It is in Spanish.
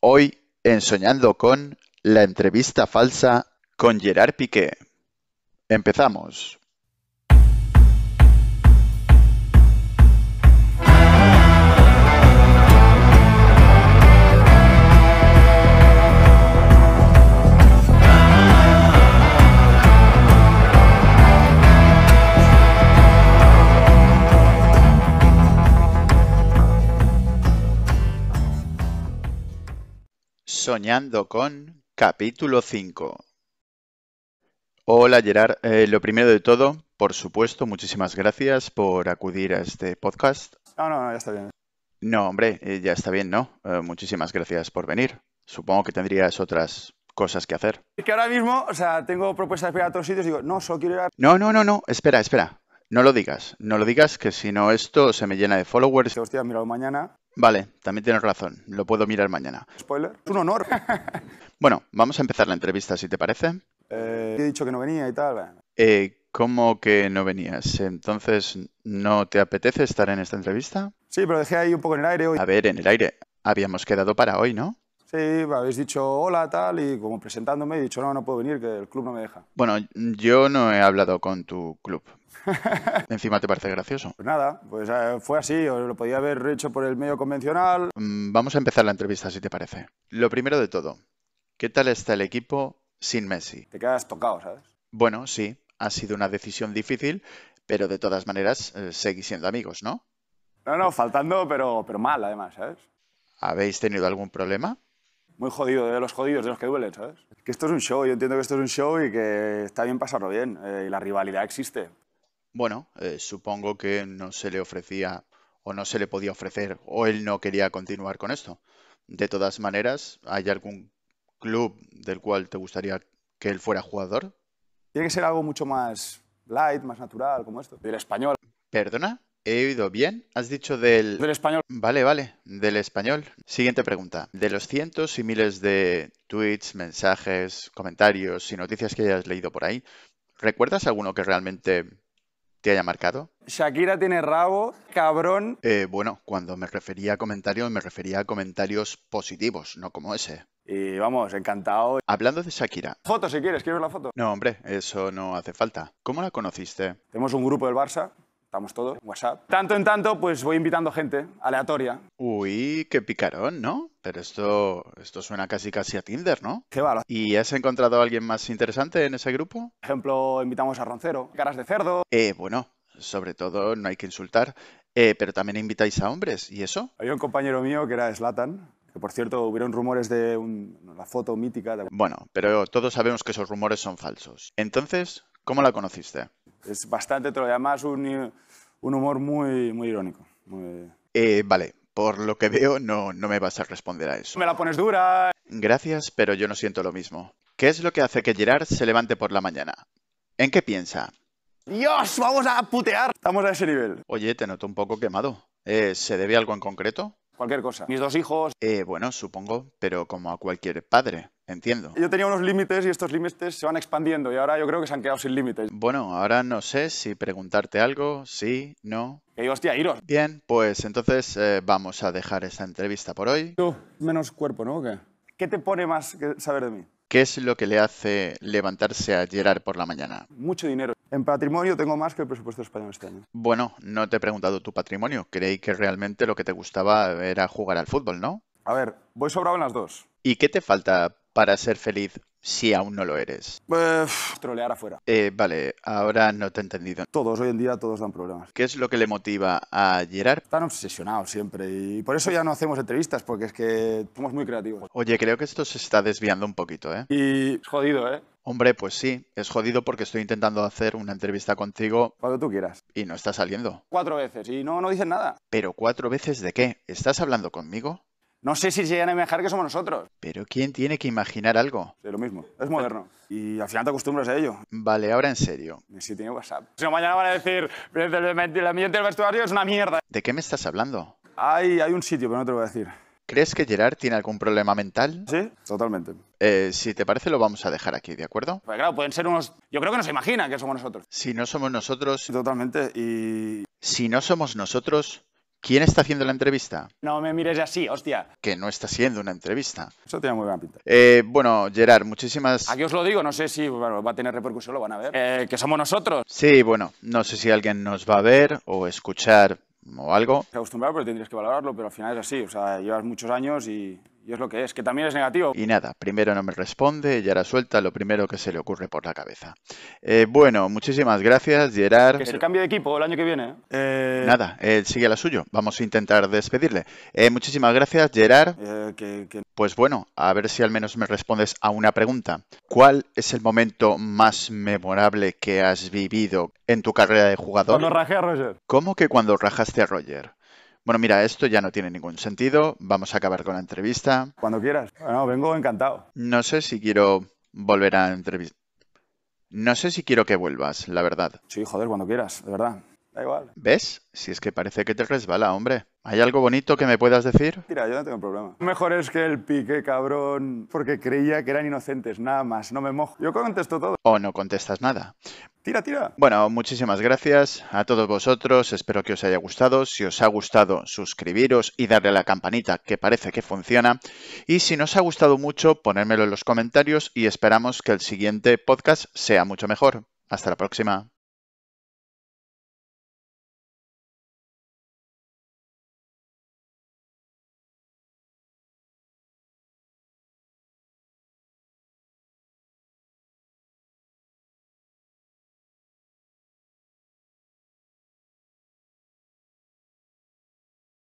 Hoy en Soñando con la entrevista falsa con Gerard Piqué. Empezamos. Soñando con capítulo 5. Hola Gerard, Eh, lo primero de todo, por supuesto, muchísimas gracias por acudir a este podcast. No, no, no, ya está bien. No, hombre, eh, ya está bien, ¿no? Eh, muchísimas gracias por venir. Supongo que tendrías otras cosas que hacer. Es que ahora mismo, o sea, tengo propuestas para ir a otros sitios y digo, no, solo quiero ir a... No, no, no, no, espera, espera. No lo digas, no lo digas, que si no esto se me llena de followers. Digo, Hostia, míralo mañana. Vale, también tienes razón, lo puedo mirar mañana. Spoiler. Es un honor. Bueno, vamos a empezar la entrevista, si te parece. Eh, he dicho que no venía y tal. Eh, ¿cómo que no venías? Entonces, ¿no te apetece estar en esta entrevista? Sí, pero dejé ahí un poco en el aire hoy. A ver, en el aire, habíamos quedado para hoy, ¿no? Sí, me habéis dicho hola, tal, y como presentándome he dicho, no, no puedo venir, que el club no me deja. Bueno, yo no he hablado con tu club. Encima te parece gracioso. Pues nada, pues eh, fue así, o lo podía haber hecho por el medio convencional. Mm, Vamos a empezar la entrevista, si te parece. Lo primero de todo, ¿qué tal está el equipo sin Messi? Te quedas tocado, ¿sabes? Bueno, sí, ha sido una decisión difícil, pero de todas maneras eh, seguís siendo amigos, ¿no? No, no, faltando, pero, pero mal, además, ¿sabes? ¿Habéis tenido algún problema? Muy jodido, de los jodidos, de los que duelen, ¿sabes? Que esto es un show, yo entiendo que esto es un show y que está bien pasarlo bien, eh, y la rivalidad existe. Bueno, eh, supongo que no se le ofrecía o no se le podía ofrecer o él no quería continuar con esto. De todas maneras, ¿hay algún club del cual te gustaría que él fuera jugador? Tiene que ser algo mucho más light, más natural, como esto. Del español. Perdona, ¿he oído bien? Has dicho del... Del español. Vale, vale, del español. Siguiente pregunta. De los cientos y miles de tweets, mensajes, comentarios y noticias que hayas leído por ahí, ¿recuerdas alguno que realmente te haya marcado? Shakira tiene rabo, cabrón. Eh, bueno, cuando me refería a comentarios, me refería a comentarios positivos, no como ese. Y vamos, encantado. Hablando de Shakira. Foto si quieres, ¿quieres la foto? No, hombre, eso no hace falta. ¿Cómo la conociste? Tenemos un grupo del Barça, estamos todos, WhatsApp. Tanto en tanto, pues voy invitando gente aleatoria. Uy, qué picarón, ¿no? Pero esto, esto suena casi casi a Tinder, ¿no? ¿Qué va? Por ¿Y has encontrado a alguien más interesante en ese grupo? ejemplo, invitamos a Roncero, caras de cerdo. Eh, bueno, sobre todo no hay que insultar, eh, pero también invitáis a hombres, ¿y eso? Había un compañero mío que era Slatan, que por cierto hubieron rumores de un- la foto mítica. de- Bueno, pero todos sabemos que esos rumores son falsos. Entonces, ¿cómo la conociste? Es bastante, te lo llamas un, un humor muy, muy irónico. muy- Eh, vale, por lo que veo no, no me vas a responder a eso. Me la pones dura. Gracias, pero yo no siento lo mismo. ¿Qué es lo que hace que Gerard se levante por la mañana? ¿En qué piensa? Dios, vamos a putear. Estamos a ese nivel. Oye, te noto un poco quemado. Eh, ¿se debe a algo en concreto? Cualquier cosa. Mis dos hijos. Eh, bueno, supongo, pero como a cualquier padre, entiendo. Yo tenía unos límites y estos límites se van expandiendo y ahora yo creo que se han quedado sin límites. Bueno, ahora no sé si preguntarte algo, sí, no. Que digo, hostia, iros. Bien, pues entonces eh, vamos a dejar esta entrevista por hoy. Tú, menos cuerpo, ¿no? ¿O qué? ¿Qué te pone más que saber de mí? ¿Qué es lo que le hace levantarse a Gerard por la mañana? Mucho dinero. En patrimonio tengo más que el presupuesto español este año. Bueno, no te he preguntado tu patrimonio. Creí que realmente lo que te gustaba era jugar al fútbol, ¿no? A ver, voy sobrado en las dos. ¿Y qué te falta para ser feliz si aún no lo eres? Eh, pf, trolear afuera. Eh, vale, ahora no te he entendido. Todos, hoy en día todos dan problemas. ¿Qué es lo que le motiva a Gerard? Están obsesionados siempre y por eso ya no hacemos entrevistas, porque es que somos muy creativos. Oye, creo que esto se está desviando un poquito, ¿eh? Y es jodido, ¿eh? Hombre, pues sí, es jodido porque estoy intentando hacer una entrevista contigo Cuando tú quieras. y no está saliendo. Cuatro veces y no, no dicen nada. ¿Pero cuatro veces de qué? ¿Estás hablando conmigo? No sé si se llegan a imaginar que somos nosotros. ¿Pero quién tiene que imaginar algo? Sí, lo mismo. Es moderno. Y al final te acostumbras a ello. Vale, ahora en serio, Si tiene WhatsApp. Si no, mañana van a decir, la ambiente del vestuario es una mierda. ¿de qué me estás hablando? Hay, hay un sitio, pero no te lo voy a decir. ¿Crees que Gerard tiene algún problema mental? ¿Sí? Totalmente. Pues Eh, si te parece lo vamos a dejar aquí, ¿de acuerdo? Pues claro, pueden ser unos... Yo creo que no se imagina que somos nosotros. Si no somos nosotros, Totalmente. Y si no somos nosotros, ¿Quién está haciendo la entrevista? No me mires así, hostia. Que no está siendo una entrevista. Eso tiene muy buena pinta. Eh, bueno, Gerard, muchísimas... Aquí os lo digo, no sé si bueno, va a tener repercusión, lo van a ver. Eh, que somos nosotros. Sí, bueno, no sé si alguien nos va a ver o escuchar o algo. Se acostumbrado, pero tendrías que valorarlo, pero al final es así. O sea, llevas muchos años y, y es lo que es, que también es negativo. Y nada, primero no me responde, Gerard suelta lo primero que se le ocurre por la cabeza. Eh, bueno, muchísimas gracias, Gerard. Que se cambie de equipo el año que viene. Eh, Nada, él sigue a la suyo. Vamos a intentar despedirle. Eh, muchísimas gracias, Gerard. eh, que, que Pues bueno, a ver si al menos me respondes a una pregunta. ¿Cuál es el momento más memorable que has vivido en tu carrera de jugador? Cuando rajé a Roger. ¿Cómo que cuando rajaste a Roger? Bueno, mira, esto ya no tiene ningún sentido. Vamos a acabar con la entrevista. cuando quieras. Bueno, vengo encantado. No sé si quiero volver a entrevistar. No sé si quiero que vuelvas, la verdad. Sí, joder, cuando quieras, de verdad. Da igual. ¿Ves? Si es que parece que te resbala, hombre. ¿Hay algo bonito que me puedas decir? Mira, yo no tengo problema. Mejor es que el pique, cabrón, porque creía que eran inocentes, nada más, no me mojo. Yo contesto todo. O no contestas nada. Tira, tira. Bueno, muchísimas gracias a todos vosotros. Espero que os haya gustado. Si os ha gustado, suscribiros y darle a la campanita, que parece que funciona. Y si nos ha gustado mucho, ponérmelo en los comentarios y esperamos que el siguiente podcast sea mucho mejor. Hasta la próxima.